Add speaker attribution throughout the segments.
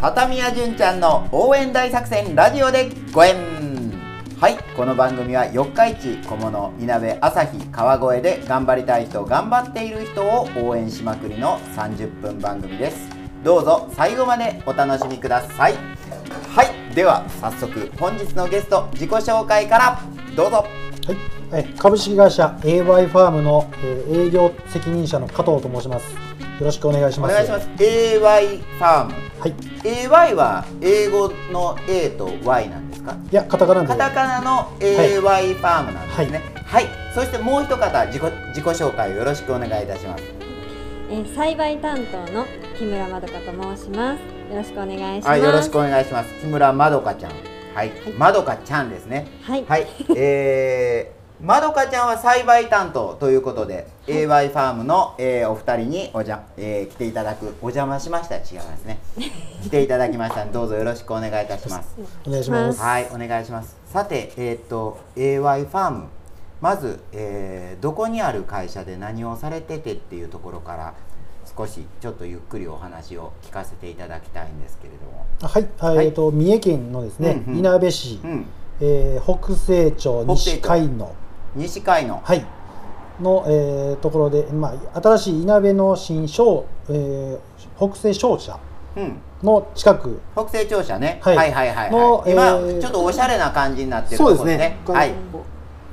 Speaker 1: 畳屋純ちゃんの応援大作戦ラジオでご縁はいこの番組は四日市小物いなべ朝日川越で頑張りたい人頑張っている人を応援しまくりの30分番組ですどうぞ最後までお楽しみくださいはいでは早速本日のゲスト自己紹介からどうぞ
Speaker 2: はい、え株式会社 AY ファームの、えー営業責任者の加藤と申します。よろしくお願いし
Speaker 1: お
Speaker 2: ます。
Speaker 1: 願いします AY ファーム
Speaker 2: はい、い
Speaker 1: AY は英語の A と Y なんですか
Speaker 2: や、カタカナで。
Speaker 1: カタカナの AY ファームなんですねはい、そしてもう一方自己自己紹介をよろしくお願いいたします
Speaker 3: えー栽培担当の木村まどかと申します。よろしくお願いします。
Speaker 1: はいよろしくお願いします木村まどかちゃんはい、まどかちゃんですね
Speaker 3: はい
Speaker 1: はい、えー、まどかちゃんは栽培担当ということで、AY ファームの、えーお二人におじゃ、えー来ていただくお邪魔しました違いますね来ていただきましたどうぞよろしくお願いいたします
Speaker 2: お願いします。
Speaker 1: はい、お願いします。さて、えーっと AY ファーム、まず、えーどこにある会社で何をされててっていうところから少しちょっとゆっくりお話を聞かせていただきたいんですけれども、
Speaker 2: はい、はい
Speaker 1: はい
Speaker 2: えっ、と、三重県のですね、
Speaker 1: うんうん
Speaker 2: いなべ市、
Speaker 1: うん、
Speaker 2: えー北西町
Speaker 1: 北西町
Speaker 2: 西海野。
Speaker 1: 西海の、
Speaker 2: はい。の、えーところで、まあ、新しいいなべの新商、えー北西商社
Speaker 1: うん、
Speaker 2: の近く。
Speaker 1: 北西庁舎ね、は、
Speaker 2: はいい
Speaker 1: はいはいはい
Speaker 2: の
Speaker 1: 今、
Speaker 2: えー
Speaker 1: ちょっとおしゃれな感じになってるところね、
Speaker 2: この
Speaker 1: はい、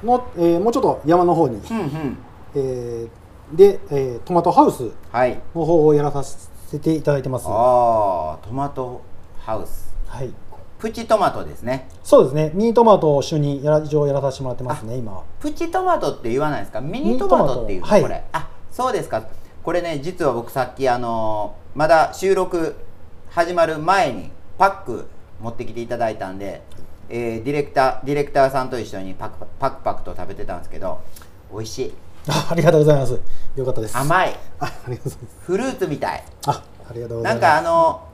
Speaker 2: の、えーもうちょっと山の方に、
Speaker 1: うんうん、
Speaker 2: えーで、えートマトハウス。
Speaker 1: はい、
Speaker 2: の方をやらさせていただいてます。は
Speaker 1: ああ、トマトハウス、
Speaker 2: い。
Speaker 1: プチトマトですね。
Speaker 2: そうですね。ミニトマトを主にやら一応やらさせてもらってますね。今は。
Speaker 1: プチトマトって言わないですかミニトマトっていうの
Speaker 2: ミニトマトはい
Speaker 1: これあそうですかこれね実は僕さっきあのーまだ収録始まる前にパック持ってきていただいたんで、えーディレクターディレクターさんと一緒にパクパクパクと食べてたんですけど美味しい
Speaker 2: あ、ありがとうございます。よかったです。い。
Speaker 1: 甘い
Speaker 2: あ、ありがとうございます。
Speaker 1: フルーツみたい
Speaker 2: あ、ありがとうござ
Speaker 1: ないん
Speaker 2: ます。
Speaker 1: かあの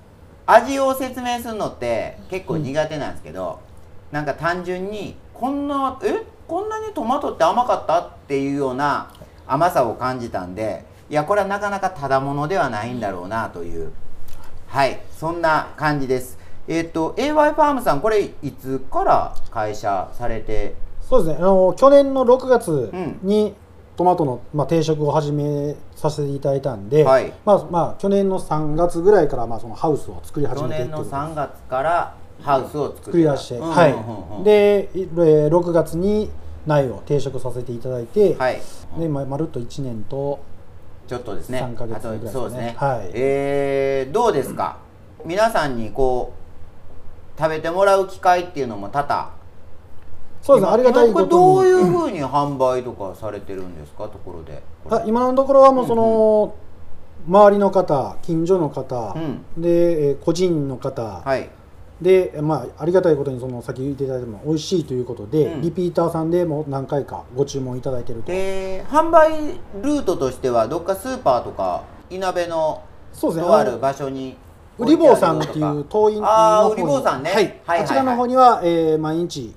Speaker 1: 味を説明するのって結構苦手なんですけど、なんか単純にこんなえこんなにトマトって甘かったっていうような甘さを感じたんでいやこれはなかなかただものではないんだろうなというはいそんな感じですえっ、と AY ファームさんこれいつから会社されて
Speaker 2: そうですね。あの去年の6月
Speaker 1: ん
Speaker 2: に、トマトの、まあ、定食を始めさせていただいたんで、
Speaker 1: はい
Speaker 2: まあまあ、去年の3月ぐらいから、まあ、そのハウスを作り始
Speaker 1: 去
Speaker 2: めて
Speaker 1: 年
Speaker 2: ってい
Speaker 1: の
Speaker 2: うことで
Speaker 1: 3月からハウスを作
Speaker 2: 作り出して、はい、でいえー6月に苗を定食させていただいて、
Speaker 1: で、はい、
Speaker 2: でままるっと1年と
Speaker 1: ちょっとですね。
Speaker 2: 3ヶ月ぐらいですね
Speaker 1: あとそうですね。
Speaker 2: はい
Speaker 1: えーどうですか。皆さんにこう食べてもらう機会っていうのも多々。
Speaker 2: そうですねありがたい
Speaker 1: 今こ
Speaker 2: こ
Speaker 1: とれ
Speaker 2: に
Speaker 1: どういう風に販売とかされてるんですかところで。
Speaker 2: あ今のところはもうその、周りの方近所の方、
Speaker 1: う
Speaker 2: でえー個人の方、
Speaker 1: はい。
Speaker 2: で、まあ、ありがたいことにその先言っていただいても美味しいということで、
Speaker 1: うん
Speaker 2: リピーターさんでもう何回かご注文いただいてると
Speaker 1: で販売ルートとしてはどっかスーパーとかいなべの
Speaker 2: そうですね
Speaker 1: とある場所に。
Speaker 2: ウリ坊さんってい
Speaker 1: 遠
Speaker 2: う遠
Speaker 1: い
Speaker 2: い
Speaker 1: ああ
Speaker 2: の
Speaker 1: ーウ
Speaker 2: 方
Speaker 1: リ
Speaker 2: に
Speaker 1: 坊さんね。
Speaker 2: はいあちらの方には、えー毎日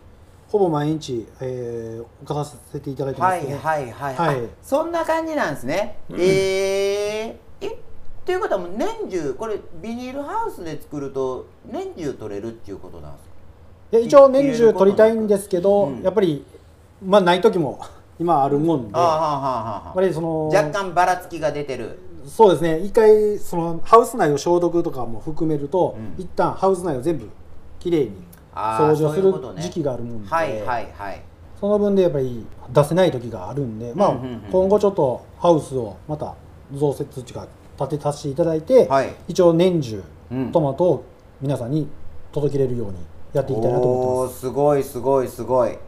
Speaker 2: ほぼ毎日、えー、置かさせていただいてま
Speaker 1: は
Speaker 2: す
Speaker 1: い
Speaker 2: ね、
Speaker 1: はいはい、
Speaker 2: はい
Speaker 1: あそんな感じなんですね、えーえっていうことはもう年中これビニールハウスで作ると年中取れるっていうことなんですか
Speaker 2: で一応年中取りたいんですけど、
Speaker 1: うん
Speaker 2: やっぱりまあない時も今あるもんで
Speaker 1: あーは
Speaker 2: や
Speaker 1: あはあ
Speaker 2: っ
Speaker 1: は
Speaker 2: ぱりその
Speaker 1: あ若干ばらつきが出てる
Speaker 2: そうですね一回そのハウス内を消毒とかも含めると、
Speaker 1: うん
Speaker 2: 一旦ハウス内を全部きれいに
Speaker 1: あー
Speaker 2: 掃除
Speaker 1: そ
Speaker 2: をす
Speaker 1: うい
Speaker 2: る
Speaker 1: うことね
Speaker 2: 時期があるもんで
Speaker 1: はいはいはい
Speaker 2: その分でやっぱり出せない時があるんで、まあ
Speaker 1: うんうんうん
Speaker 2: 今後ちょっとハウスをまた増設地が建てさせていただいて、
Speaker 1: はい
Speaker 2: 一応年中
Speaker 1: うん
Speaker 2: トマトを皆さんに届けれるようにやっていきたいなと思
Speaker 1: おー
Speaker 2: ってます。
Speaker 1: すごいすごいすごい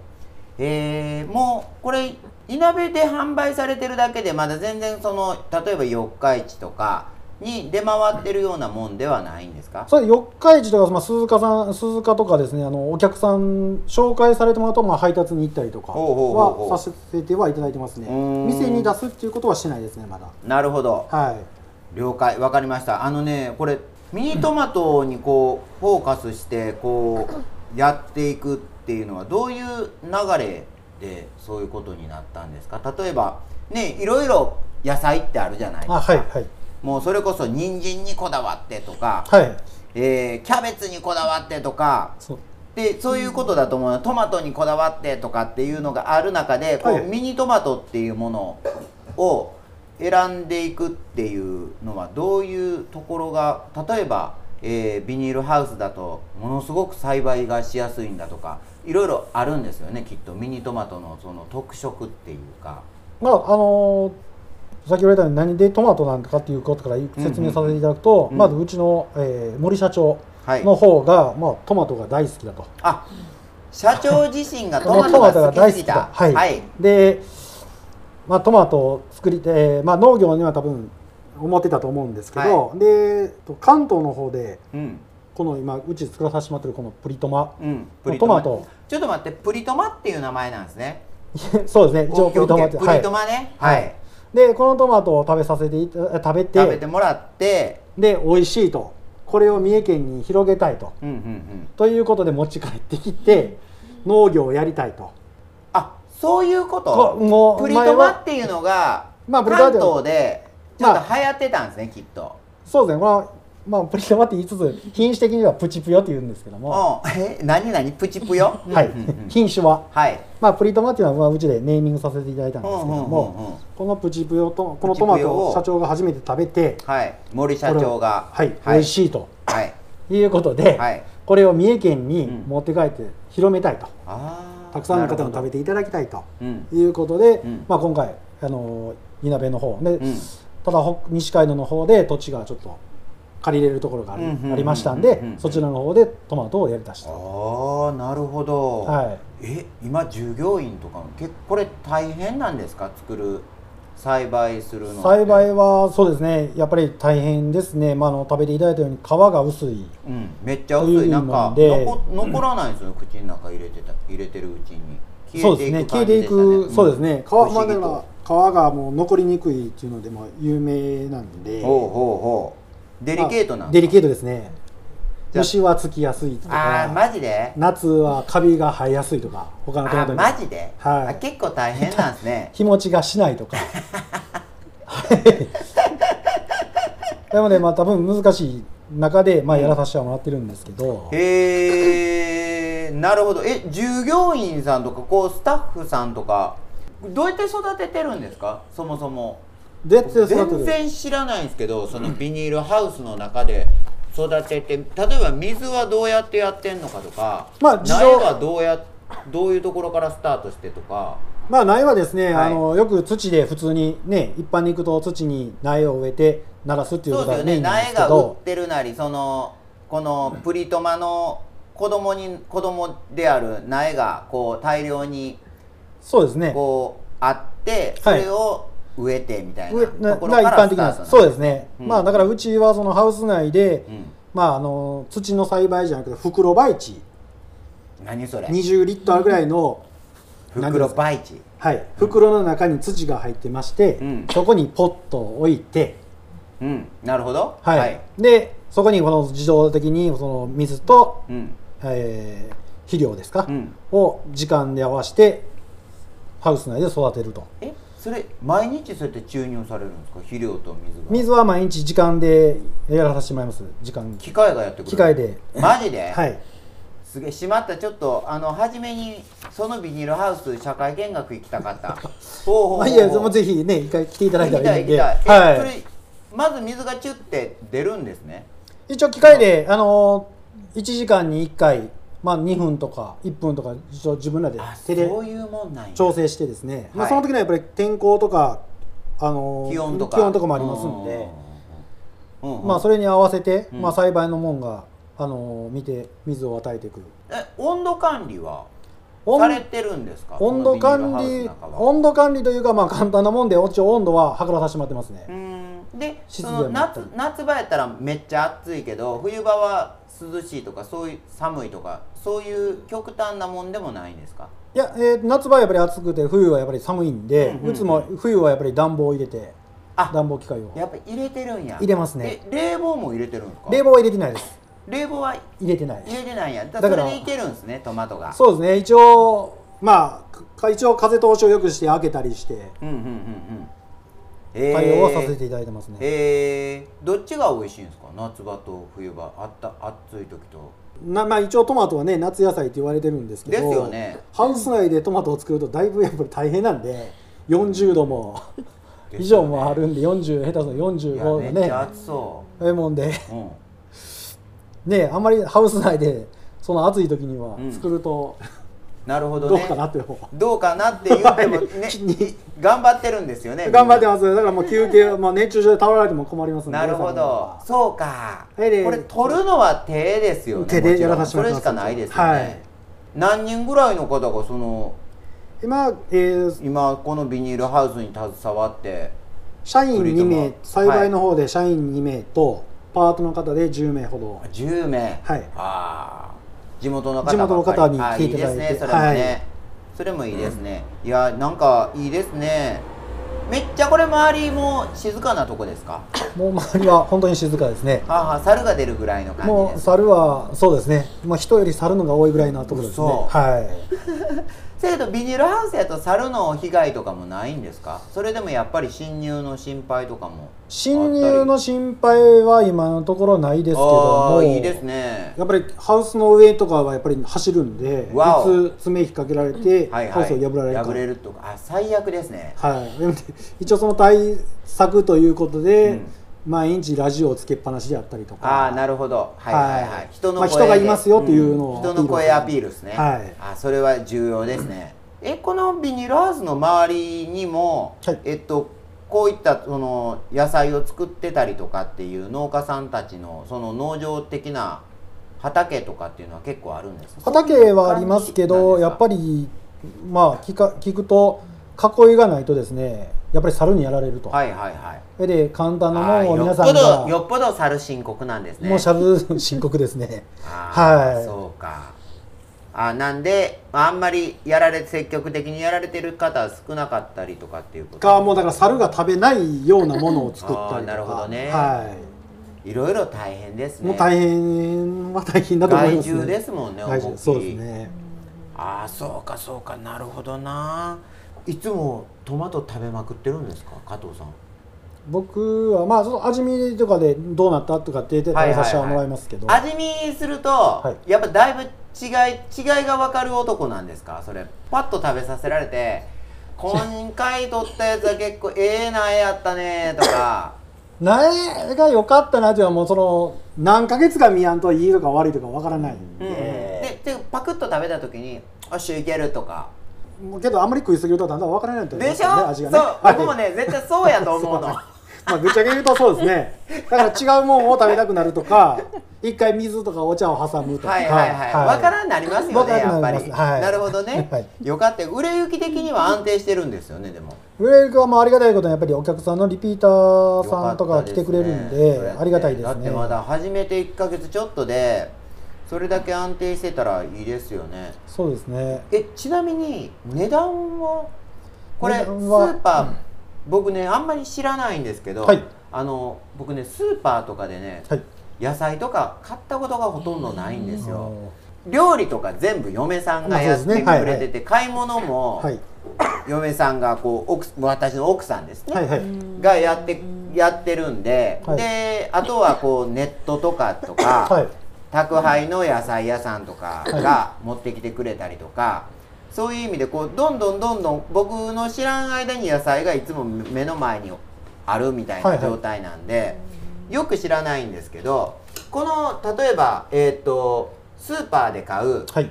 Speaker 1: えー、もうこれいなべで販売されてるだけでまだ全然その例えば四日市とかに出回ってるようなもんではないんですか
Speaker 2: それで四日市とか、まあ、鈴鹿さん鈴鹿とかですねあのお客さん紹介されてもらうと、まあ、配達に行ったりとか
Speaker 1: ほうほうほうほう
Speaker 2: はさせてはいただいてますね
Speaker 1: うーん
Speaker 2: 店に出すっていうことはしてないですねまだ
Speaker 1: なるほど
Speaker 2: はい
Speaker 1: 了解わかりましたあのねこれミニトマトにこうフォーカスしてこうやっていくっていうのはどういう流れでそういうことになったんですか例えばねいろいろ野菜ってあるじゃないですか
Speaker 2: あはいはい
Speaker 1: もうそれこそ人参にこだわってとか
Speaker 2: はい
Speaker 1: えーキャベツにこだわってとか
Speaker 2: そう
Speaker 1: でそういうことだと思うのトマトにこだわってとかっていうのがある中でこ
Speaker 2: は
Speaker 1: う
Speaker 2: い
Speaker 1: ミニトマトっていうものを選んでいくっていうのはどういうところが例えば、えービニールハウスだとものすごく栽培がしやすいんだとかいろいろあるんですよねきっとミニトマトのその特色っていうか。
Speaker 2: まああのー先ほど言ったように何でトマトなんかっていうことから説明させていただくと、
Speaker 1: うんうん
Speaker 2: まずうちの、えー森社長
Speaker 1: はい、
Speaker 2: の方が、まあ、トマトが大好きだと
Speaker 1: あ社長自身がトマト
Speaker 2: トマ
Speaker 1: が
Speaker 2: ト
Speaker 1: 好
Speaker 2: が
Speaker 1: き
Speaker 2: 大
Speaker 1: す
Speaker 2: 好
Speaker 1: ぎ
Speaker 2: き
Speaker 1: た
Speaker 2: だはい
Speaker 1: はい
Speaker 2: で、まあ、トマトを作りて、まあ、農業には多分思ってたと思うんですけど、でと関東の方で
Speaker 1: うん
Speaker 2: この今うち作らさせてもらってるこのプリトマ
Speaker 1: うん、
Speaker 2: のトマト
Speaker 1: ちょっと待ってプリトマっていう名前なんですね
Speaker 2: そうですね一応プリトマって
Speaker 1: プリト
Speaker 2: は
Speaker 1: マね
Speaker 2: は
Speaker 1: はいい、
Speaker 2: い、でこのトマトを食べさせていた食べて
Speaker 1: 食べてもらって
Speaker 2: で美味しいとこれを三重県に広げたいと
Speaker 1: うんうんうん
Speaker 2: ということで持ち帰ってきて農業をやりたいと
Speaker 1: あそういうこ
Speaker 2: こともう
Speaker 1: プリ
Speaker 2: 前
Speaker 1: トマっ
Speaker 2: は
Speaker 1: ていうのが
Speaker 2: まあプリト
Speaker 1: 関
Speaker 2: マって
Speaker 1: 東でちょ
Speaker 2: まあ
Speaker 1: っと流行ってたんですねきっと、
Speaker 2: そうですねこの、まあ、プリトマって言いつつ品種的にはプチプヨって言うんですけども、
Speaker 1: うんえ何何プチプヨ
Speaker 2: はい
Speaker 1: うんうんうん
Speaker 2: 品種は、
Speaker 1: はい
Speaker 2: まあ、プリトマっていうのは、まあ、うちでネーミングさせていただいたんですけども、
Speaker 1: うんうんうんうん
Speaker 2: このプチプヨとこのトマ
Speaker 1: プチプヨ
Speaker 2: ト
Speaker 1: を
Speaker 2: を社長が初めて食べて
Speaker 1: はい森社長が
Speaker 2: これをはい、
Speaker 1: はい
Speaker 2: 美味しいと
Speaker 1: はい
Speaker 2: いうことで、
Speaker 1: はい
Speaker 2: これを三重県に
Speaker 1: うん
Speaker 2: 持って帰って広めたいと、
Speaker 1: あー
Speaker 2: たくさんの方に食べ
Speaker 1: なる
Speaker 2: ていただきたいと
Speaker 1: ほどうん
Speaker 2: いうことで、
Speaker 1: うん
Speaker 2: まあ、今回あのいなべの方で、
Speaker 1: うん
Speaker 2: ただ北西街道の方で土地がちょっと借りれるところがあり,、
Speaker 1: うんうんうんうん
Speaker 2: ありましたんで、
Speaker 1: うんうん
Speaker 2: そちらの方でトマトをやりだした、
Speaker 1: ああなるほど、
Speaker 2: はい、
Speaker 1: え今従業員とかも結これ大変なんですか作る栽培するのって
Speaker 2: 栽培はそうですねやっぱり大変ですね、まあ、あの食べていただいたように皮が薄い
Speaker 1: うんめっちゃ
Speaker 2: という
Speaker 1: 薄い
Speaker 2: 意味
Speaker 1: なんか
Speaker 2: なんで
Speaker 1: 残残らないですよね、口の中入れてた入れてるうちに
Speaker 2: そうですね消えていく、そうですね皮,、
Speaker 1: 不思
Speaker 2: まあ、
Speaker 1: 議
Speaker 2: だ
Speaker 1: と
Speaker 2: から皮がもう残りにくいっていうのでも有名なんで
Speaker 1: ほうほうほうデリケート
Speaker 2: ま
Speaker 1: な
Speaker 2: あ
Speaker 1: ん
Speaker 2: デリケー
Speaker 1: ト
Speaker 2: トですね
Speaker 1: じゃあ
Speaker 2: 虫はつきやすいと
Speaker 1: あ
Speaker 2: か
Speaker 1: あーマジで
Speaker 2: 夏はカビが生えやすいとか他
Speaker 1: あ
Speaker 2: のトマト
Speaker 1: ー
Speaker 2: に
Speaker 1: マジで、
Speaker 2: はい
Speaker 1: あ結構大変なんですね
Speaker 2: 日持ちがしないとか はいなのでまあ多分難しい中でまあやらさせてもらってるんですけど、
Speaker 1: へえなるほどえ従業員さんとかこうスタッフさんとかどうやって育ててるんですかそもそも
Speaker 2: どうやって育
Speaker 1: 全
Speaker 2: てる
Speaker 1: 然知らないんですけどそのビニールハウスの中で育てて例えば水はどうやってやってんのかとか、
Speaker 2: まあ自動
Speaker 1: 苗はどうやどういうところからスタートしてとか
Speaker 2: まあ苗はですね、
Speaker 1: はい
Speaker 2: あのよく土で普通にね一般に行くと土に苗を植えて鳴らすっていう
Speaker 1: そ
Speaker 2: こ
Speaker 1: うで
Speaker 2: と
Speaker 1: すよ
Speaker 2: がメイ
Speaker 1: ね
Speaker 2: ンなん
Speaker 1: 苗
Speaker 2: ですけ
Speaker 1: が売
Speaker 2: ど
Speaker 1: ってるなりそのこのプリトマの子供に子供である苗がこう大量に
Speaker 2: そうですね
Speaker 1: こうあってそ
Speaker 2: はい
Speaker 1: れを植えてみたい
Speaker 2: 上
Speaker 1: な
Speaker 2: な
Speaker 1: ところ
Speaker 2: が
Speaker 1: か
Speaker 2: 一
Speaker 1: ら
Speaker 2: 般
Speaker 1: ス
Speaker 2: 的
Speaker 1: タ
Speaker 2: なん
Speaker 1: ー
Speaker 2: で
Speaker 1: ト
Speaker 2: すそうですすね、
Speaker 1: うん
Speaker 2: まあだからうちはそのハウス内で、
Speaker 1: うん
Speaker 2: まああの土の栽培じゃなくて袋培地
Speaker 1: 何それ
Speaker 2: 20リットルぐらいの何で
Speaker 1: 袋
Speaker 2: す
Speaker 1: 培地
Speaker 2: はい、袋の中に土が入ってまして、
Speaker 1: うん
Speaker 2: そこにポットを置いて、
Speaker 1: うんなるほど
Speaker 2: はいでそこにこの自動的にその水と、
Speaker 1: うん
Speaker 2: えー肥料ですか、
Speaker 1: うん
Speaker 2: を時間で合わせてハウス内で育てると
Speaker 1: えそれ毎日そうやって注入されるんですか肥料と水が
Speaker 2: 水は毎日時間でやらさせてもらいます時間
Speaker 1: 機械がやってくれる
Speaker 2: 機械で
Speaker 1: マジで、
Speaker 2: はい
Speaker 1: すげえしまったちょっとあの初めにそのビニールハウス社会見学行きたかった ほうほうほ
Speaker 2: まあ、
Speaker 1: う
Speaker 2: いやもうぜひね一回来ていただい
Speaker 1: 行
Speaker 2: た
Speaker 1: きた
Speaker 2: らい
Speaker 1: い
Speaker 2: いん
Speaker 1: 行
Speaker 2: で、
Speaker 1: きたい、えそ
Speaker 2: は
Speaker 1: れまず水がチュって出るんですね
Speaker 2: い、一応機械で、あの1時間に1回、まあ、2分とか1分とか一応自分らで
Speaker 1: あ
Speaker 2: 手で
Speaker 1: そういうもんなんや
Speaker 2: 調整してですね、ま
Speaker 1: はい
Speaker 2: あ、その時にはやっぱり天候とか、あのー
Speaker 1: 気温とか
Speaker 2: もありますんで、
Speaker 1: うんうんうんうん
Speaker 2: まあ、それに合わせて、
Speaker 1: うん
Speaker 2: まあ、栽培のもんが、あのー見て水を与えていく
Speaker 1: え温度管理は
Speaker 2: 温
Speaker 1: されてるんですか
Speaker 2: 温度管
Speaker 1: そのビニール
Speaker 2: 理
Speaker 1: ハウスの中は
Speaker 2: 温度管理というか、まあ、簡単なもんで一応温度は測らさせてもらってますね、
Speaker 1: うんで
Speaker 2: 湿
Speaker 1: そ
Speaker 2: 度
Speaker 1: の
Speaker 2: もあっ
Speaker 1: 夏
Speaker 2: たり
Speaker 1: 夏場やったらめっちゃ暑いけど冬場は涼しいとかそういう寒いとかそういう極端なもんでもないんですか
Speaker 2: いや、えー夏場はやっぱり暑くて冬はやっぱり寒いんで、
Speaker 1: うん
Speaker 2: う
Speaker 1: うん
Speaker 2: つも冬はやっぱり暖房を入れて
Speaker 1: あ
Speaker 2: 暖房機械を
Speaker 1: やっぱ入れてるんや
Speaker 2: 入れますね
Speaker 1: え冷房も入れてるんですか
Speaker 2: 冷房は入れてないです
Speaker 1: 冷房は
Speaker 2: 入れてない
Speaker 1: 入れてないんやだ
Speaker 2: だ
Speaker 1: か
Speaker 2: からら
Speaker 1: それでいけるんですねトマトが
Speaker 2: そうですね一応まあか一応風通しを良くして開けたりして
Speaker 1: うんうんうんうんへー
Speaker 2: 対応はさせていただいてますね、
Speaker 1: えー、どっちが美味しいんですか夏場と冬場あった暑い時と
Speaker 2: なまあ、一応トマトはね夏野菜って言われてるんですけ
Speaker 1: で
Speaker 2: ど
Speaker 1: すよね
Speaker 2: ハウス内でトマトを作るとだいぶやっぱり大変なんで40度も以上もあるんで40下手すると
Speaker 1: いやめ
Speaker 2: 45
Speaker 1: っ
Speaker 2: が
Speaker 1: ち
Speaker 2: ね
Speaker 1: ゃ暑そ
Speaker 2: ええもん
Speaker 1: う、
Speaker 2: で
Speaker 1: うん、
Speaker 2: ねあんまりハウス内でその暑い時には
Speaker 1: うん
Speaker 2: 作ると
Speaker 1: なるほど
Speaker 2: どう
Speaker 1: ね
Speaker 2: かなって思う、
Speaker 1: どうかなって言っても ね 頑張ってるんですよねみんな
Speaker 2: 頑張ってますだからもう休憩、まあ、熱中症で倒れられても困りますんで
Speaker 1: なるほどそうかこ
Speaker 2: ええ
Speaker 1: れ取るのは手ですよね
Speaker 2: 手でやらさせて
Speaker 1: も
Speaker 2: も
Speaker 1: ちろんそれ
Speaker 2: らいます
Speaker 1: しかないですよね、
Speaker 2: はい
Speaker 1: 何人ぐらいの方がその
Speaker 2: 今、えー
Speaker 1: 今このビニールハウスに携わって
Speaker 2: 社員2
Speaker 1: は
Speaker 2: 名
Speaker 1: い
Speaker 2: 栽培の方で社員2名と、パートの方で10名ほど
Speaker 1: 10名
Speaker 2: はい
Speaker 1: あー地元の方ばっかり
Speaker 2: 地元の方に
Speaker 1: あー
Speaker 2: 聞いていただい
Speaker 1: い
Speaker 2: て
Speaker 1: ですねそれもね、
Speaker 2: は
Speaker 1: それもいいですね、いやなんかいいですねめっちゃこれ周りも静かなとこですか
Speaker 2: もう周りは本当に静かですね
Speaker 1: はあはあ猿が出るぐらいの感じ
Speaker 2: も
Speaker 1: で
Speaker 2: う
Speaker 1: す
Speaker 2: 猿はそうですね、まあ、人より猿のが多いぐらいなところですね、
Speaker 1: 嘘
Speaker 2: はい、
Speaker 1: せやけどビニールハウスやと猿の被害とかもないんですかそれでもやっぱり侵入の心配とかも
Speaker 2: 侵入の心配は今のところないですけど
Speaker 1: あ
Speaker 2: も
Speaker 1: ーいいですね
Speaker 2: やっぱりハウスの上とかはやっぱり走るんでい
Speaker 1: わお
Speaker 2: つ爪引っ掛けられて、
Speaker 1: はいはい
Speaker 2: ハウスを破られるか
Speaker 1: 破れるとかあ最悪ですね
Speaker 2: はい、なので一応その対策ということで、
Speaker 1: うん
Speaker 2: 毎日ラジオをつけっぱなしであったりとか
Speaker 1: ああなるほどはいはいはい、
Speaker 2: はい
Speaker 1: 人の
Speaker 2: まあ
Speaker 1: 声で、
Speaker 2: 人がいますよというのを
Speaker 1: ん人の声ア
Speaker 2: ア
Speaker 1: ピ
Speaker 2: ピー
Speaker 1: ー
Speaker 2: ル
Speaker 1: ルですね
Speaker 2: はい
Speaker 1: あそれは重要ですねえこのビニールハウスの周りにも、
Speaker 2: はい
Speaker 1: えっとこういったその野菜を作ってたりとかっていう農家さんたちのその農場的な畑とかっていうのは結構あるんですか
Speaker 2: 畑はありますけどやっぱ
Speaker 1: り
Speaker 2: りまあ聞か聞くと囲いがないとですねやっぱり猿にやられると、
Speaker 1: はいはいはい
Speaker 2: それで簡単なも
Speaker 1: あー
Speaker 2: のを皆さん
Speaker 1: よっぽ
Speaker 2: が
Speaker 1: どよっぽど猿深刻なんですね
Speaker 2: もう猿深刻ですね
Speaker 1: あー
Speaker 2: はい
Speaker 1: そうかあなんでまああんまりやられ積極的にやられてる方は少なかったりとかっていうこと
Speaker 2: がもうだから猿が食べないようなものを作った
Speaker 1: あー
Speaker 2: りとか
Speaker 1: なるほどね
Speaker 2: はい
Speaker 1: いろいろ大変ですね
Speaker 2: もう大変は大変だと思いますね
Speaker 1: 害獣ですもんね
Speaker 2: 害
Speaker 1: 思いっ
Speaker 2: 獣
Speaker 1: きり
Speaker 2: そうですね
Speaker 1: ああそうかそうかなるほどないつもトマト食べまくってるんですか加藤さん
Speaker 2: 僕はまあその味見とかでどうなったとかって言って食べさせてはもらいますけど、
Speaker 1: 味見すると、
Speaker 2: はい
Speaker 1: やっぱだいぶ違い違いが分かる男なんですかそれパッと食べさせら れて「今回取ったやつは結構ええ苗やったね」とか
Speaker 2: 苗が良かったなというのはもうその何ヶ月か見やんといいとか悪いとかわからないん
Speaker 1: うんうん
Speaker 2: で、
Speaker 1: ででパクッと食べた時に「おっしゃいける」とか
Speaker 2: もうけどあんまり食いすぎるとだんだんわからないと思い
Speaker 1: で
Speaker 2: ま
Speaker 1: し
Speaker 2: すよね
Speaker 1: ょ、
Speaker 2: 味がね
Speaker 1: そう
Speaker 2: はい
Speaker 1: 僕もね絶対そうやと思 うの
Speaker 2: まあぶっちゃけ言うとそうですねだから違うもんを食べたくなるとか一回水とかお茶を挟むとか
Speaker 1: はいはいはい、分からんなりますよ
Speaker 2: わ
Speaker 1: ね
Speaker 2: から
Speaker 1: やっ
Speaker 2: んな
Speaker 1: ぱ
Speaker 2: り
Speaker 1: り、
Speaker 2: ますはい
Speaker 1: なるほどね、
Speaker 2: はい
Speaker 1: よかった売れ行き的には安定してるんですよねでも
Speaker 2: ウェルカムありがたいことにやっぱりお客さんのリピーターさんとか来てくれるんで
Speaker 1: よかったすね
Speaker 2: ありがたいで
Speaker 1: だ
Speaker 2: す
Speaker 1: って
Speaker 2: ね
Speaker 1: まだ始めて1か月ちょっとでそれだけ安定してたらいいですよね
Speaker 2: そうですね
Speaker 1: えちなみに値段はこれス
Speaker 2: 値段は
Speaker 1: ーパー、僕ねあんまり知らないんですけど、
Speaker 2: はい
Speaker 1: あの僕ねスーパーとかでね
Speaker 2: はい
Speaker 1: 野菜とか買ったことがほとんどないんです
Speaker 2: あ
Speaker 1: よ
Speaker 2: の
Speaker 1: 料理とか全部嫁さんがやってくれてて、
Speaker 2: まあそうですね
Speaker 1: 買い物も、
Speaker 2: はい
Speaker 1: 嫁さんがこう奥私の奥さんですね、
Speaker 2: はいはい
Speaker 1: がやってやってるんで、
Speaker 2: はい
Speaker 1: であとはこうネットとかとか、
Speaker 2: はい
Speaker 1: 宅配の野菜屋さんとかが持ってきてくれたりとか、そういう意味でこうどんどんどんどん僕の知らん間に野菜がいつも目の前にあるみたい
Speaker 2: は
Speaker 1: ない
Speaker 2: はい
Speaker 1: 状態なんで、よく知らないんですけどこの例えば、えー、とスーパーで買う、
Speaker 2: はい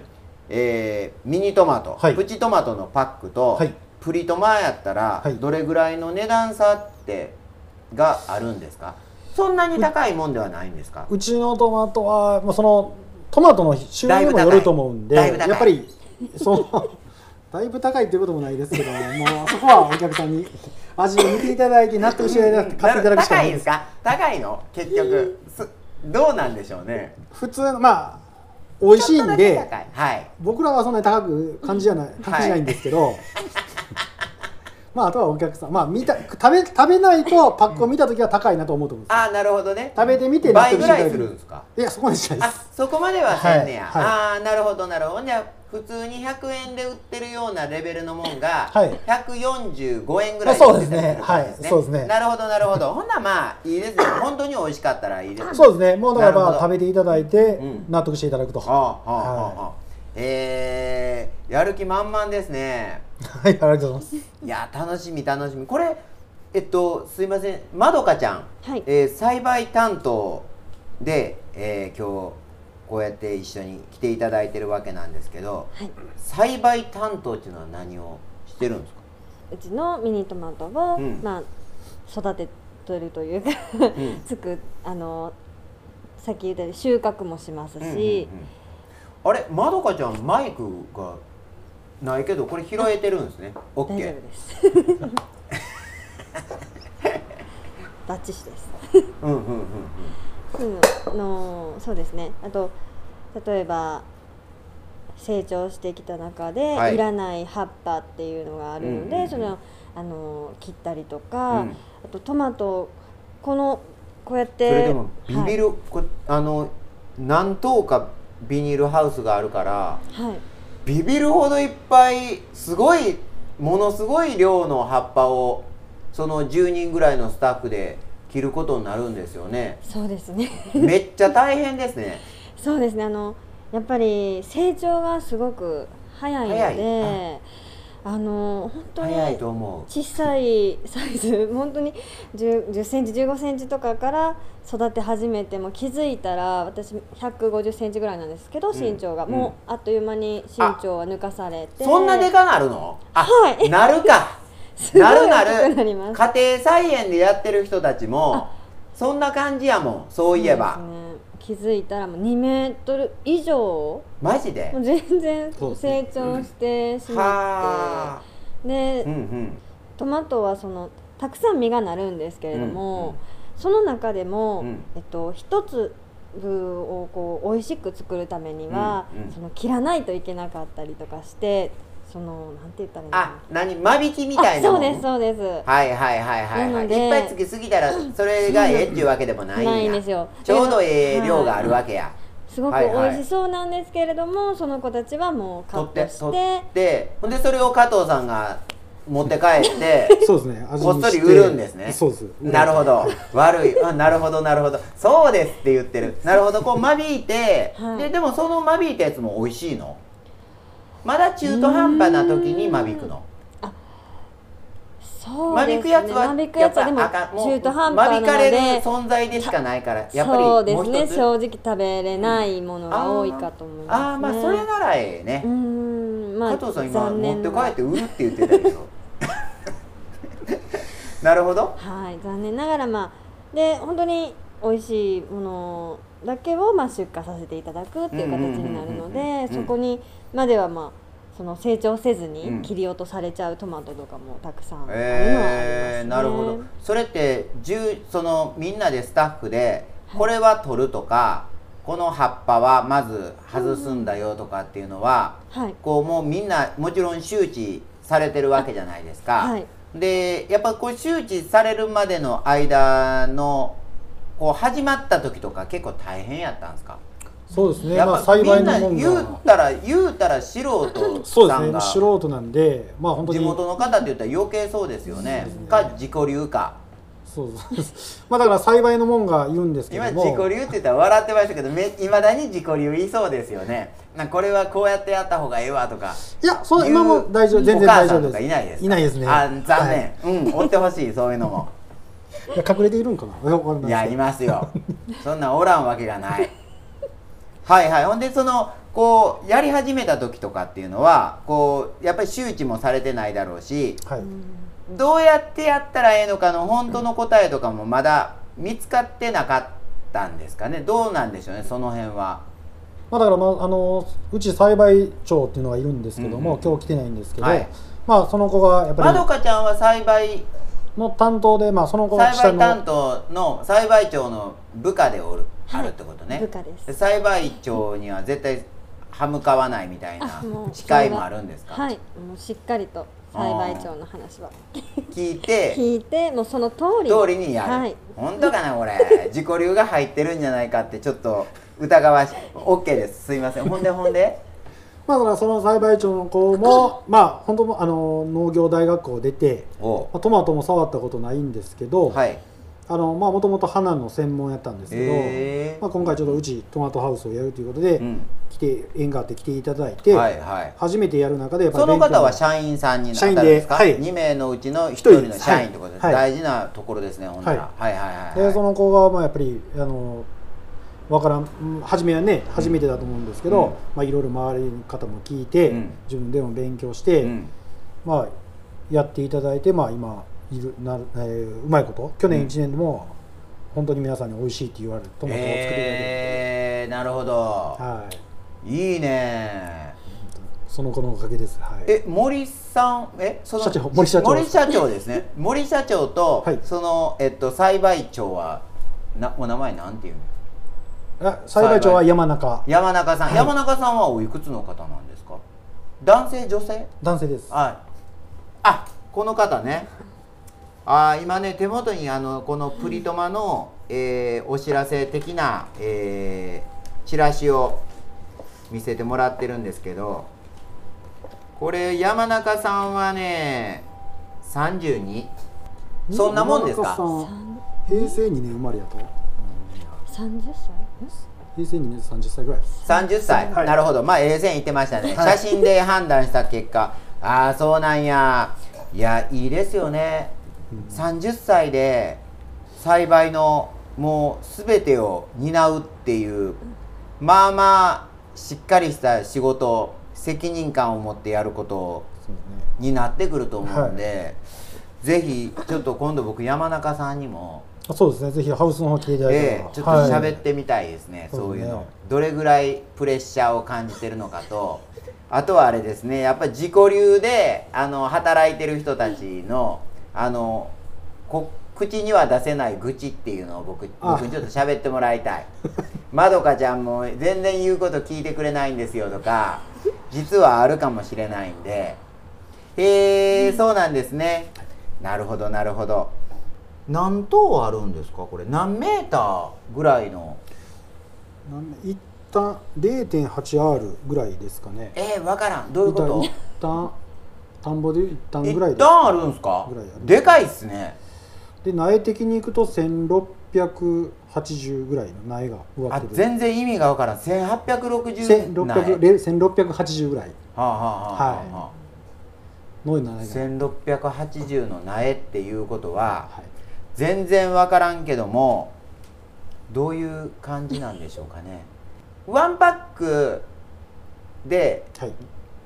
Speaker 1: えーミニトマト、
Speaker 2: はい
Speaker 1: プチトマトのパックと、
Speaker 2: はい
Speaker 1: プリトマやったら、
Speaker 2: はい
Speaker 1: どれぐらいの値段差ってがあるんですかそんなに高いもんではないんですか
Speaker 2: うちのトマトは、まあ、そのトマトの種類にもよると思うんで
Speaker 1: だいぶ高い
Speaker 2: やっぱりその だいぶ高いっていうこともないですけどもうそこはお客さんに味を見ていただいて納得していただいて買っていただくしか
Speaker 1: 高
Speaker 2: ない
Speaker 1: ん
Speaker 2: いで
Speaker 1: ですすか高いの結局すどうなんでしょうね
Speaker 2: 普通のまあ美味しいん
Speaker 1: ちょっとだけ
Speaker 2: で
Speaker 1: 高いはい
Speaker 2: 僕らはそんなに高く感じじゃない感じないんですけど、まああとはお客さんまあ見た食べ食べないとパックを見た時は高いなと思うと思うんで
Speaker 1: ああなるほどね
Speaker 2: す食べてみて納
Speaker 1: 倍
Speaker 2: 得し
Speaker 1: ぐ
Speaker 2: ていた
Speaker 1: らい
Speaker 2: だけ
Speaker 1: するん
Speaker 2: る
Speaker 1: ですか
Speaker 2: いやそこにしないで
Speaker 1: あ
Speaker 2: す
Speaker 1: そこまではせんねや、
Speaker 2: はいはい
Speaker 1: ああなるほどなるほどじゃあ普通に100円で売ってるようなレベルのもんが
Speaker 2: はい
Speaker 1: 145円ぐらい
Speaker 2: そうですね
Speaker 1: 売ってたりするん
Speaker 2: はいそうですね
Speaker 1: なるほどなるほどほんならまあいいです ね本当に美味しかったらいいですね
Speaker 2: そうですねもうだ
Speaker 1: な
Speaker 2: から
Speaker 1: るほ
Speaker 2: ま
Speaker 1: ど
Speaker 2: あ食べていただいて
Speaker 1: うん
Speaker 2: 納得していただくと、
Speaker 1: はあはあはあ、はあえー、やる気満々ですね
Speaker 2: はいありがとうございます
Speaker 1: いや楽しみ楽しみこれえっとすいませんまどかちゃん、
Speaker 3: はい
Speaker 1: えー栽培担当で、えー今日こうやって一緒に来ていただいてるわけなんですけど
Speaker 3: はい、
Speaker 1: 栽培担当っていうのは何をしてるんですか
Speaker 3: うちのミニトマトを、
Speaker 1: うん
Speaker 3: まあ、育ててるというか
Speaker 1: うん
Speaker 3: つくあのさっき言ったように収穫もしますし、
Speaker 1: うんうんうんあれまどかちゃんマイクがないけどこれ拾えてるんですねオッ
Speaker 3: 大
Speaker 1: ケ
Speaker 3: 丈
Speaker 1: ー
Speaker 3: 夫です バッチシです
Speaker 1: うんうんうんうん
Speaker 3: うんのそうですねあと例えば成長してきた中で、
Speaker 1: はい
Speaker 3: い、らない葉っぱっていうのがあるの
Speaker 1: うん
Speaker 3: で、
Speaker 1: うんうん
Speaker 3: そのあの切ったりとか、
Speaker 1: うん
Speaker 3: あとトマトこのこうやって
Speaker 1: それでもビニ
Speaker 3: は
Speaker 1: ル、こあの何棟かビニールハウスがあるから
Speaker 3: い、はい
Speaker 1: ビビるほどいっぱいすごいものすごい量の葉っぱをその10人ぐらいのスタッフで切ることになるんですよ ね
Speaker 3: そうですね
Speaker 1: めっちゃ大変です ね
Speaker 3: そうですねあのやっぱり成長がすごく早いの
Speaker 1: 早
Speaker 3: であの本当に
Speaker 1: 早いと思
Speaker 3: 小さいサイズ本当に1 0センチ1 5センチとかから育て始めても気づいたら私1 5 0センチぐらいなんですけど
Speaker 1: ん
Speaker 3: 身長が、
Speaker 1: うん
Speaker 3: もうあっという間に身長は抜かされ
Speaker 1: う
Speaker 3: て
Speaker 1: そんなでかなるのあ、
Speaker 3: はい
Speaker 1: なるか
Speaker 3: すごい
Speaker 1: なるな
Speaker 3: 大きくなり
Speaker 1: る
Speaker 3: ます
Speaker 1: 家庭菜園でやってる人たちもそんな感じやもんそういえ
Speaker 3: そう
Speaker 1: ば、
Speaker 3: ですね、気づいたらもう2メートル以上も
Speaker 1: マジで
Speaker 3: う全然
Speaker 2: そうですね
Speaker 3: 成長してしま
Speaker 1: はあ
Speaker 3: って、で
Speaker 1: うんうん
Speaker 3: トマトはそのたくさん実がなるんですけれども、その中でも、
Speaker 1: うん
Speaker 3: えっと、一粒をこう美味しく作るためには、
Speaker 1: うんうん
Speaker 3: その切らないといけなかったりとかしてそのなんて言ったらいいのか
Speaker 1: あ、何間引きみたいな
Speaker 3: そ
Speaker 1: も
Speaker 3: うんですそうです、
Speaker 1: はいはいはいはい、は、
Speaker 3: ないの
Speaker 1: いっ
Speaker 3: で
Speaker 1: ぱいつきすぎたらそれがええっていうわけでもないんや
Speaker 3: ないんですよ
Speaker 1: ちょうどええ量があるわけや、
Speaker 3: すごく
Speaker 1: はい
Speaker 3: 美
Speaker 1: はい
Speaker 3: 味しそうなんですけれども、その子たちはもうカッ
Speaker 1: 取って
Speaker 3: トし
Speaker 1: 取
Speaker 3: て
Speaker 1: ってほんでそれを加藤さんが持って帰って
Speaker 2: そうですね味
Speaker 1: こっ
Speaker 2: 見
Speaker 1: そ
Speaker 2: して
Speaker 1: り売るんですね
Speaker 2: そうです
Speaker 1: なるほど悪いあなるほどなるほどそうですって言ってるなるほどこう間引いて、
Speaker 3: はい
Speaker 1: ででもその間引いたやつも美味しいのまだ中途半端な時に間引くの
Speaker 3: そう
Speaker 1: 間
Speaker 3: で
Speaker 1: 引
Speaker 3: す
Speaker 1: く
Speaker 3: ね
Speaker 1: やつは
Speaker 3: 間引く
Speaker 1: や
Speaker 3: や
Speaker 1: っ
Speaker 3: つは
Speaker 1: ぱ
Speaker 3: でも
Speaker 1: あかんもう
Speaker 3: 中途半端なの
Speaker 1: 間引かれ
Speaker 3: で
Speaker 1: る存在でしかないからやっぱり
Speaker 3: そうです
Speaker 1: もう
Speaker 3: ね
Speaker 1: 一つ
Speaker 3: 正直食べれないものが多いかと思います、ね、
Speaker 1: あーまあそれならええね
Speaker 3: うー、んまあ
Speaker 1: 加藤さん今持っ
Speaker 3: 残念
Speaker 1: て
Speaker 3: な
Speaker 1: 帰って売るって言ってた けどなるほど
Speaker 3: はい残念ながらまあで本当に美味しいものだけをまあ出荷させていただくっていう形になるの
Speaker 1: うんうんうんうんう
Speaker 3: で
Speaker 1: ん
Speaker 3: そこにまではまあその成長せず
Speaker 1: うん
Speaker 3: に切り落とされちゃうトマトとかもたくさんあるのはあります
Speaker 1: え
Speaker 3: ね
Speaker 1: ー、なるほどそれってじゅそのみんなでスタッフで
Speaker 3: はい
Speaker 1: これは取るとか、この葉っぱはまず外すんだよとかっていうのは、
Speaker 3: はい
Speaker 1: こうもうみんなもちろん周知されてるわけじゃないですか、
Speaker 3: はい
Speaker 1: でやっぱこう周知されるまでの間のこう始まった時とか結構大変やったんですか
Speaker 2: そうですね
Speaker 1: やっぱ
Speaker 2: まあ栽培の
Speaker 1: み
Speaker 2: も
Speaker 1: んな言う
Speaker 2: んが
Speaker 1: たら言うたら素人
Speaker 2: そうで
Speaker 1: さ
Speaker 2: す
Speaker 1: ん
Speaker 2: ね
Speaker 1: が
Speaker 2: 素人なんでまあ本当
Speaker 1: 地
Speaker 2: に
Speaker 1: 元の方って言ったら余計そうですよね
Speaker 2: そうですね
Speaker 1: か自己流か
Speaker 2: そう ですまあだから栽培のもんがいるんですけ
Speaker 1: 今
Speaker 2: ど
Speaker 1: 自
Speaker 2: も
Speaker 1: 己流って言ったら笑ってましたけどいまだに自己流いそうですよねなんかこれはこうやってやった方がええわとか
Speaker 2: いやそう
Speaker 1: 言う
Speaker 2: 今も大丈夫全
Speaker 1: お
Speaker 2: 然
Speaker 1: 母
Speaker 2: 大
Speaker 1: さ
Speaker 2: 丈
Speaker 1: ん
Speaker 2: 夫
Speaker 1: と
Speaker 2: で
Speaker 1: か
Speaker 2: す
Speaker 1: いないですか
Speaker 2: いないですね
Speaker 1: あ残
Speaker 2: は
Speaker 1: 念、
Speaker 2: い
Speaker 1: うん追ってほしいそういうのも
Speaker 2: いや隠れているんかなわかんない
Speaker 1: いや
Speaker 2: です
Speaker 1: いますよそんなんおらんわけがないはいはいほんでそのこうやり始めた時とかっていうのはこうやっぱり周知もされてないだろうし
Speaker 2: けどはい
Speaker 1: どうやってやったらええのかの本当の答えとかもまだ見つかってなかったんですかねどうなんでしょうねその辺は
Speaker 2: まあ、だから、まあ、あのうち栽培長っていうのがいるんですけども、
Speaker 1: うんうんうん
Speaker 2: 今日来てないんですけど、
Speaker 1: はい
Speaker 2: まあ、その子がやっ
Speaker 1: ま
Speaker 2: ぱ
Speaker 1: どかちゃんは栽培
Speaker 2: りの担当で、まあ、その子が
Speaker 1: 栽培
Speaker 2: 下の
Speaker 1: 担当の栽培長の部下でおる、
Speaker 3: はい
Speaker 1: あるってことね
Speaker 3: 部下です
Speaker 1: で栽培長には絶対歯向かわないみたいな
Speaker 3: あもう
Speaker 1: 誓いもあるんですか、
Speaker 3: はいもうしっかりと栽培長の話は
Speaker 1: 聞いて
Speaker 3: 聞いてもうその通り
Speaker 1: 通りにやる、
Speaker 3: はい
Speaker 1: 本当かなこ れ自己流が入ってるんじゃないかってちょっと疑わしい OK ですすいませんほんでほんで
Speaker 2: まあ、そのその栽培長の子 も、まあ、本当もあの農業大学校出て、
Speaker 1: おう
Speaker 2: まあ、トマトも触ったことないんですけど、
Speaker 1: はい
Speaker 2: あのまあもともと花の専門やったんですけど、
Speaker 1: えー
Speaker 2: まあ、今回ちょっとうちトマトハウスをやるということで、
Speaker 1: うん
Speaker 2: 来て縁があって来ていただいて、
Speaker 1: はいはい
Speaker 2: 初めてやる中でやっぱり
Speaker 1: その方は
Speaker 2: 勉強
Speaker 1: 社員さんになったんですか、
Speaker 2: 社員ではい
Speaker 1: 2名のうちの1
Speaker 2: 人
Speaker 1: 人
Speaker 2: で
Speaker 1: の
Speaker 2: す
Speaker 1: 社員ってことです、
Speaker 2: はい
Speaker 1: 大事なところですね、ほんなら。はいはいはい、は
Speaker 2: で
Speaker 1: い。
Speaker 2: その子がまあやっぱりあのわからんうん初めはね初めてだと思うんですけど、
Speaker 1: うん
Speaker 2: まあ、いろいろ周りの方も聞いて、
Speaker 1: うん
Speaker 2: 自分でも勉強して、
Speaker 1: うん
Speaker 2: まあ、やっていただいて、まあ、今いるなる、えーうまいこと去
Speaker 1: うん
Speaker 2: 年1年でも、本当に皆さんに美味しいって言われるトマトを作っていただいて、
Speaker 1: えー、なるほど、
Speaker 2: はい、
Speaker 1: いいね
Speaker 2: その子のおかげです。はい、
Speaker 1: え森さんえその
Speaker 2: 社長森社長
Speaker 1: 森社長です ね森社長と、
Speaker 2: はい
Speaker 1: そのえっと栽培長はなお名前なんていうの
Speaker 2: あ栽培長は山中
Speaker 1: 山中さん、
Speaker 2: はい
Speaker 1: 山中さんはおいくつの方なんですか男性女性
Speaker 2: 男性です。
Speaker 1: はい。あ、この方ね。あー、今ね手元にあのこのプリトマの、えーお知らせ的な、えーチラシを見せてもらってるんですけど、これ山中さんはね、三十二。そんなもんです
Speaker 2: 山中
Speaker 1: か。
Speaker 2: さ平成2年生まれやと。うん
Speaker 3: 三十歳？
Speaker 2: 平成2年30歳ぐらいです。
Speaker 1: 三十歳、
Speaker 2: はい
Speaker 1: なるほど。まあ A 線行ってましたね。
Speaker 2: はい
Speaker 1: 写真で判断した結果、ああそうなんや。いやいいですよね。30歳で栽培のもう全てを担うっていうまあまあしっかりした仕事責任感を持ってやること
Speaker 2: そうですね。
Speaker 1: になってくると思うんで、ぜひちょっと今度僕山中さんにも、
Speaker 2: あそうですね。ぜひハウスの方来ていただけ
Speaker 1: え
Speaker 2: れば。
Speaker 1: えちょっと
Speaker 2: は
Speaker 1: 喋
Speaker 2: い
Speaker 1: ってみたいですね、
Speaker 2: そう
Speaker 1: そう
Speaker 2: ですね
Speaker 1: いうのどれぐらいプレッシャーを感じてるのかとあとはあれですねやっぱり自己流であの働いてる人たちのあのこ口には出せない愚痴っていうのを僕
Speaker 2: あ
Speaker 1: 僕にちょっと喋ってもらいたいまどかちゃんも全然言うこと聞いてくれないんですよとか実はあるかもしれないんでへえそうなんですねなるほどなるほど何棟あるんですかこれ何メーターぐらいの
Speaker 2: なん一旦 0.8R ぐらいですかね。
Speaker 1: えー、分からんどういうこと
Speaker 2: 一旦田んぼで一旦
Speaker 1: 一
Speaker 2: ぐらいです。
Speaker 1: 旦あるんですか
Speaker 2: ぐらいある
Speaker 1: でかいっすね
Speaker 2: で苗的に行くと1680ぐらいの苗が植わ
Speaker 1: あ
Speaker 2: ってる。
Speaker 1: 全然意味が分からん1660ない
Speaker 2: 1600れ1680ぐらい
Speaker 1: はあはあはあはあ、は
Speaker 2: の苗が。
Speaker 1: 1680の苗っていうこと
Speaker 2: は
Speaker 1: はい全然分からんけどもどういう感じなんでしょうかねワンパックで
Speaker 2: はい。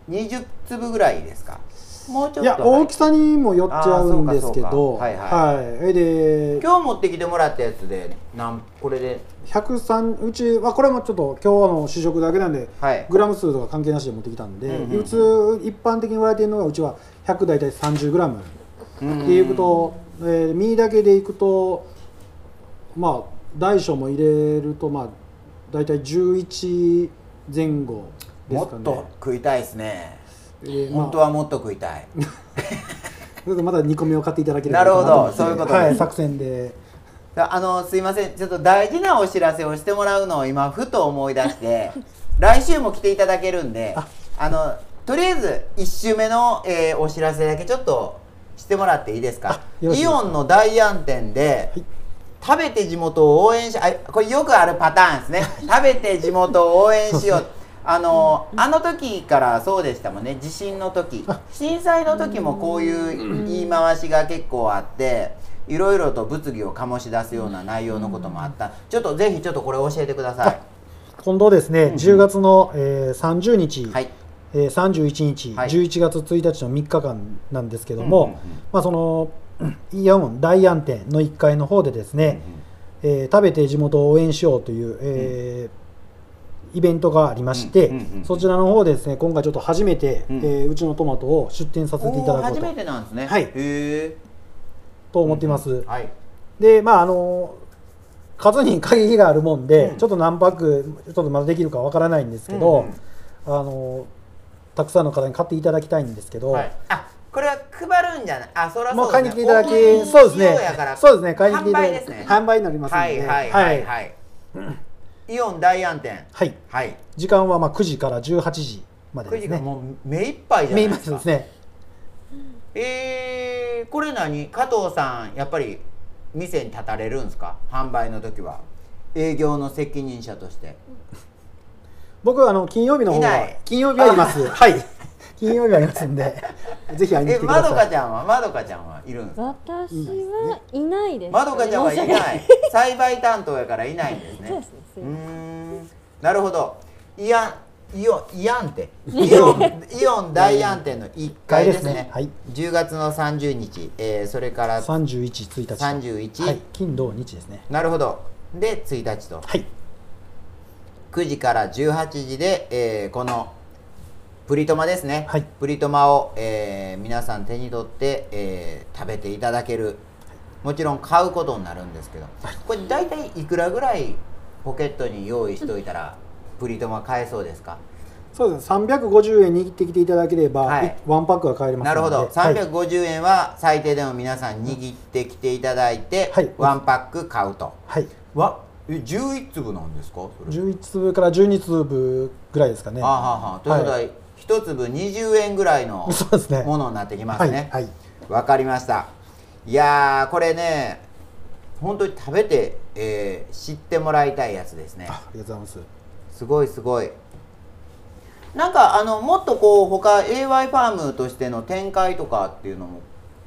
Speaker 1: 20粒ぐらいですかもうちょっと
Speaker 2: いや
Speaker 1: 入っ
Speaker 2: 大きさにもよっちゃうんで
Speaker 1: あ
Speaker 2: すけ
Speaker 1: ーそう
Speaker 2: ど、
Speaker 1: かそうか
Speaker 2: はい、えで
Speaker 1: 今日持ってきてもらったやつでなんこれで
Speaker 2: 103うちはこれもちょっと今日あの試食だけなんで
Speaker 1: はい
Speaker 2: グラム数とか関係なしで持ってきたんで、
Speaker 1: うんうんうん
Speaker 2: 普通一般的に売られているのがうちは100大体30グラム
Speaker 1: って
Speaker 2: っていうこと、えー身だけでいくとまあ大小も入れるとまあ大体11前後で
Speaker 1: も
Speaker 2: すか
Speaker 1: っ
Speaker 2: ね。
Speaker 1: と食いたいですね、
Speaker 2: えーまあ
Speaker 1: 本当はもっと食い たい
Speaker 2: ちょっとまだ煮込みを買っていただければと思
Speaker 1: なるほど
Speaker 2: ます
Speaker 1: そ
Speaker 2: ので
Speaker 1: ういうこと
Speaker 2: はい、作戦で。
Speaker 1: あのすいませんちょっと大事なお知らせをしてもらうのを今ふと思い出して 来週も来ていただけるんであのとりあえず1週目の、えーお知らせだけちょっとしてもらっていいですか
Speaker 2: よろしい
Speaker 1: イ
Speaker 2: ですか
Speaker 1: オンの大安店で、
Speaker 2: はい
Speaker 1: 食べて地元を応援しあこれよくあるパターンで すね食べて地元を応援しようあのあの時からそうでしたもんね地震の時震災の時もこういう言い回しが結構あっていろいろと物議を醸し出すような内容のこともあったちょっとぜひちょっとこれ教えてくださ
Speaker 2: 今度ですね、10月の、えー30日、
Speaker 1: いはい
Speaker 2: えー31日、
Speaker 1: はい
Speaker 2: 11月1日の3日間なんですけど
Speaker 1: うんうん
Speaker 2: も
Speaker 1: うん、
Speaker 2: まあそのイオン大安店の1階の方でですね、えー食べて地元を応援しようという、えーイベントがありまして、
Speaker 1: うんうんうんうん
Speaker 2: そちらの方でですね今回ちょっと初めて、
Speaker 1: う
Speaker 2: うんえーうちのトマトを出店させてい
Speaker 1: おー
Speaker 2: ただこう
Speaker 1: 初め
Speaker 2: と
Speaker 1: てなんですね
Speaker 2: はい
Speaker 1: へえ
Speaker 2: と思っています、
Speaker 1: はい
Speaker 2: でまああの数に限りがあるもんで、
Speaker 1: うん
Speaker 2: ちょっと何パックちょっとまだできるかわからないんですけど、
Speaker 1: うんうん
Speaker 2: あのたくさんの方に買っていただきたいんですけど、
Speaker 1: はいあこれは配るんじゃないあそら
Speaker 2: も
Speaker 1: そうう
Speaker 2: 買いに来ていただき、そうですねそうですね買いに来ていただ
Speaker 1: だ
Speaker 2: き
Speaker 1: きですね
Speaker 2: 販売になりますの
Speaker 1: はい
Speaker 2: で
Speaker 1: はいはいはいイオン大安店
Speaker 2: はい
Speaker 1: はい
Speaker 2: 時間はまあ9時から18時
Speaker 4: まで
Speaker 1: く
Speaker 4: で
Speaker 1: じ
Speaker 4: す
Speaker 1: が
Speaker 4: ね。
Speaker 1: もう目いっぱいじゃな
Speaker 4: 目
Speaker 1: い
Speaker 4: い
Speaker 1: で
Speaker 4: ますす
Speaker 1: か
Speaker 4: ですね。
Speaker 1: えー、これ何加藤さんやっぱり店に立たれるんですか販売の時は営業の責任者として
Speaker 2: 僕はあの金曜日の方
Speaker 1: いな
Speaker 2: はい金曜日は います。はい。
Speaker 4: 金曜日ありますんで、
Speaker 2: ぜひ会いに来
Speaker 1: え
Speaker 2: てくだ
Speaker 1: まど
Speaker 2: さ
Speaker 1: か
Speaker 2: い。
Speaker 1: ちゃんはまどかちゃんはいるんですか
Speaker 3: 私はいないです、
Speaker 1: まどかちゃんはい
Speaker 3: 申し訳
Speaker 1: ない栽培担当やからいないんですね
Speaker 3: そうですねすいうませ
Speaker 1: ー
Speaker 3: ん
Speaker 1: んなるほどイアンイオンイアン 店イオンイオン大安店の1階で
Speaker 4: 一階で
Speaker 1: すね
Speaker 4: すねはい
Speaker 1: 10月の30日、えーそれから
Speaker 4: 三十一一日。
Speaker 1: 31
Speaker 4: はい。金土日ですね。
Speaker 1: なるほどで1日と
Speaker 4: はい。
Speaker 1: 9時から18時で、えーこのプリトマですね、
Speaker 4: はい
Speaker 1: プリトマを、えー皆さん手に取って、えー食べていただけるもちろん買うことになるんですけど、これ大体いくらぐらいポケットに用意しといたらプリトマ買えそうですか、
Speaker 2: そうですね。三百五十円握ってきていただければ、
Speaker 1: はい
Speaker 2: いワンパックは買えますので。
Speaker 1: なるほど
Speaker 4: はい
Speaker 1: 350円は最低でも皆さん握ってきていただいて、
Speaker 4: はい
Speaker 1: ワンパック買うと
Speaker 4: はい。
Speaker 1: わえ11粒なんですかそれ
Speaker 4: 十一粒から十二粒ぐらいですかね。
Speaker 1: あはあはあということは、
Speaker 4: はい
Speaker 1: 一粒20円ぐらい の
Speaker 4: そうですね
Speaker 1: ものになってきます
Speaker 4: はい。
Speaker 1: ね。
Speaker 4: はい。
Speaker 1: わかりました。いやーこれね本当に食べて、えー知ってもらいたいやつですね。
Speaker 4: あありがとうございます。
Speaker 1: すごいすごい。なんかあのもっとこう他 AY ファームとしての展開とかっていうのも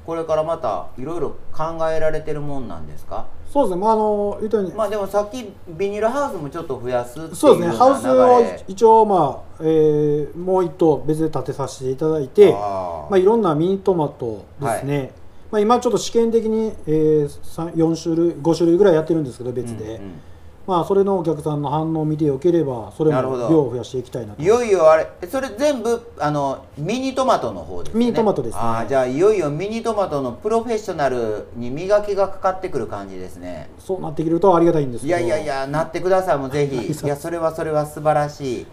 Speaker 1: これからまたいろいろ考えられてるもんなんですか
Speaker 2: そうですね。まああの言うとに、
Speaker 1: まあでもさっきビニールハウスもちょっと増やすっていうような流れ
Speaker 2: そうですね。ハウスを一応まあ、えーもう一棟別で建てさせていただいて、
Speaker 1: あー
Speaker 2: まあいろんなミニトマトですね。まあ今ちょっと試験的に、えー三、四種類5種類ぐらいやってるんですけど別で、
Speaker 1: うんうん
Speaker 2: まあそれのお客さんの反応を見てよければそれ
Speaker 1: なるほど
Speaker 2: も量を増やしていきたいなと
Speaker 1: いよいよあれそれ全部あのミニトマトの方ですね
Speaker 2: ミニトマトですね
Speaker 1: ああじゃあいよいよミニトマトのプロフェッショナルに磨きがかかってくる感じですね
Speaker 2: そうなってくるとありがたいんです
Speaker 1: い
Speaker 2: けど
Speaker 1: やいやいやなってくださいもうぜひいやそれはそれは素晴らしい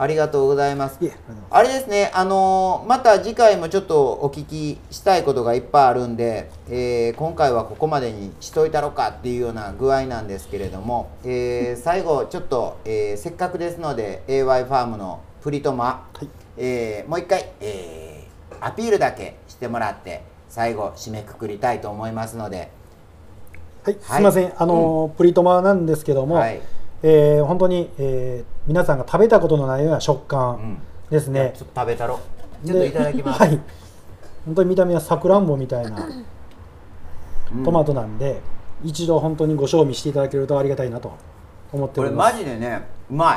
Speaker 1: ありがとうございます
Speaker 4: いえありがとうございます
Speaker 1: あれですねあのーまた次回もちょっとお聞きしたいことがいっぱいあるんで、えー今回はここまでにしといたろかっていうような具合なんですけれども、えー最後ちょっと、えーせっかくですので AY ファームのプリトマ、えーもう一回、えーアピールだけしてもらって最後締めくくりたいと思いますので、
Speaker 4: はい、
Speaker 1: はい
Speaker 4: すみません、あの、プリトマなんですけども、
Speaker 1: はい
Speaker 4: えー本当に、えー皆さんが食べたことのないような食
Speaker 1: うん
Speaker 4: 感ですね
Speaker 1: ち。ょっと食べたろ
Speaker 4: で
Speaker 1: ちょっといただきます、
Speaker 4: はい、本当に見た目はさくらんぼみたいな
Speaker 1: うん
Speaker 4: トマトなんで、一度本当にご賞味していただけるとありがたいなと思って
Speaker 1: こ
Speaker 4: お
Speaker 1: れ
Speaker 4: りま
Speaker 1: マ
Speaker 4: す。
Speaker 1: ジでねうまい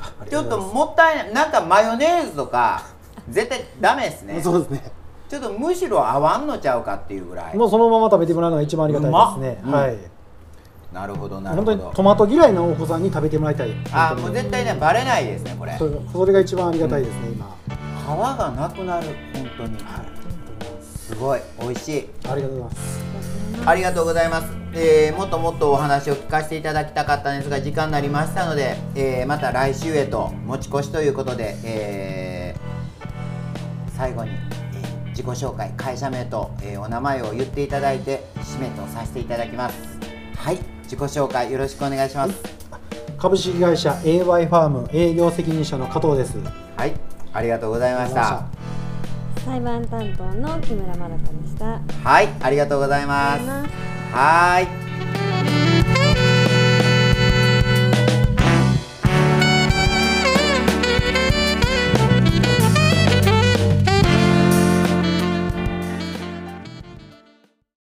Speaker 4: あり
Speaker 1: ち
Speaker 4: が
Speaker 1: ょっ
Speaker 4: うござ
Speaker 1: と
Speaker 4: います
Speaker 1: もったいないなんかマヨネーズと か絶対ダメですね
Speaker 4: そうですね。
Speaker 1: ちょっとむしろ合わんのちゃうかっていうぐらい
Speaker 4: もうそのまま食べてもらうのが一番ありがたいです
Speaker 1: う
Speaker 4: ね。
Speaker 1: まっ
Speaker 4: はい、
Speaker 1: なるほどなる
Speaker 4: 本
Speaker 1: ほ
Speaker 4: 当にト
Speaker 1: ど
Speaker 4: マト嫌いのお子さんに食べてもらいたい。
Speaker 1: あもう絶対ねバレないですねこれ皮
Speaker 4: それそれが一番ありがたいですね、今。
Speaker 1: がなくなる本当にすごい美味しい
Speaker 4: ありがとうございます。
Speaker 1: ありがとうございます、えーもっともっとお話を聞かせていただきたかったんですが時間になりましたので、えーまた来週へと持ち越しということで、えー最後に、えー自己紹介会社名と、えーお名前を言っていただいて締めとさせていただきますはい自己紹介よろしくお願いします
Speaker 4: 株式会社 AY ファーム営業責任者の加藤です。
Speaker 1: はいありがとうございました
Speaker 3: 裁判担当の木村まどかでした
Speaker 1: はいありがとうござい
Speaker 3: あ
Speaker 1: ま
Speaker 3: り
Speaker 1: す
Speaker 3: がとうございます
Speaker 1: はーい